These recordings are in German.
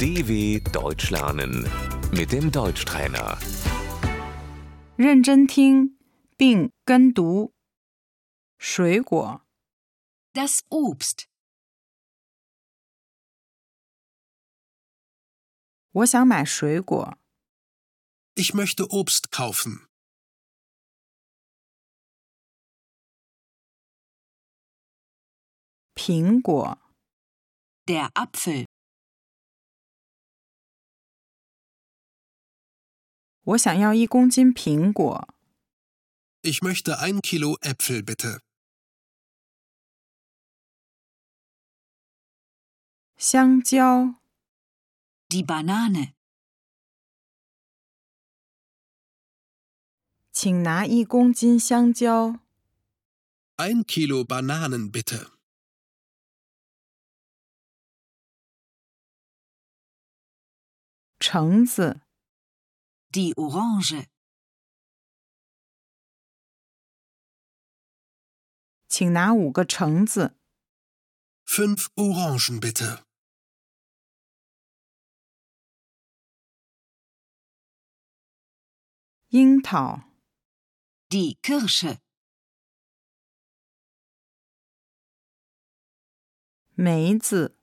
DW Deutsch lernen mit dem Deutschtrainer. 认真听并跟读。水果、 Das Obst. 我想买水果。 Ich möchte Obst kaufen. 苹果、 Der Apfel. 我想要一公斤苹果。 Ich möchte ein Kilo Äpfel bitte. 香蕉、 Die Banane. 请拿一公斤香蕉。 Ein Kilo Bananen bitte. 橙子、 Die Orange. 请拿五个橙子。 Fünf Orangen bitte. 樱桃、 Die Kirsche. 梅子、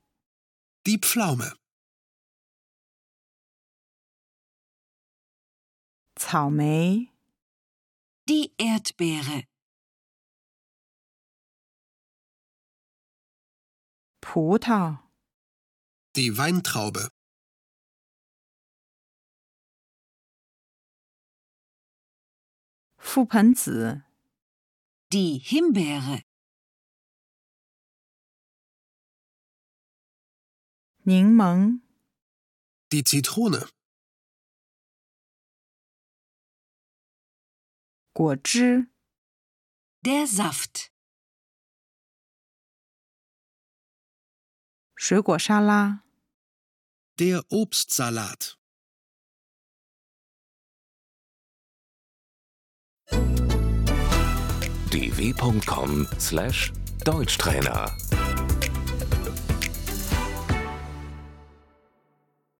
Die Pflaume. 草莓、 Die Erdbeere. 葡萄、 Die Weintraube. 覆盆子、 Die Himbeere. 柠檬、 Die Zitrone. 果汁、 Der Saft. 水果沙拉、 Der Obstsalat. dw.com/deutschtrainer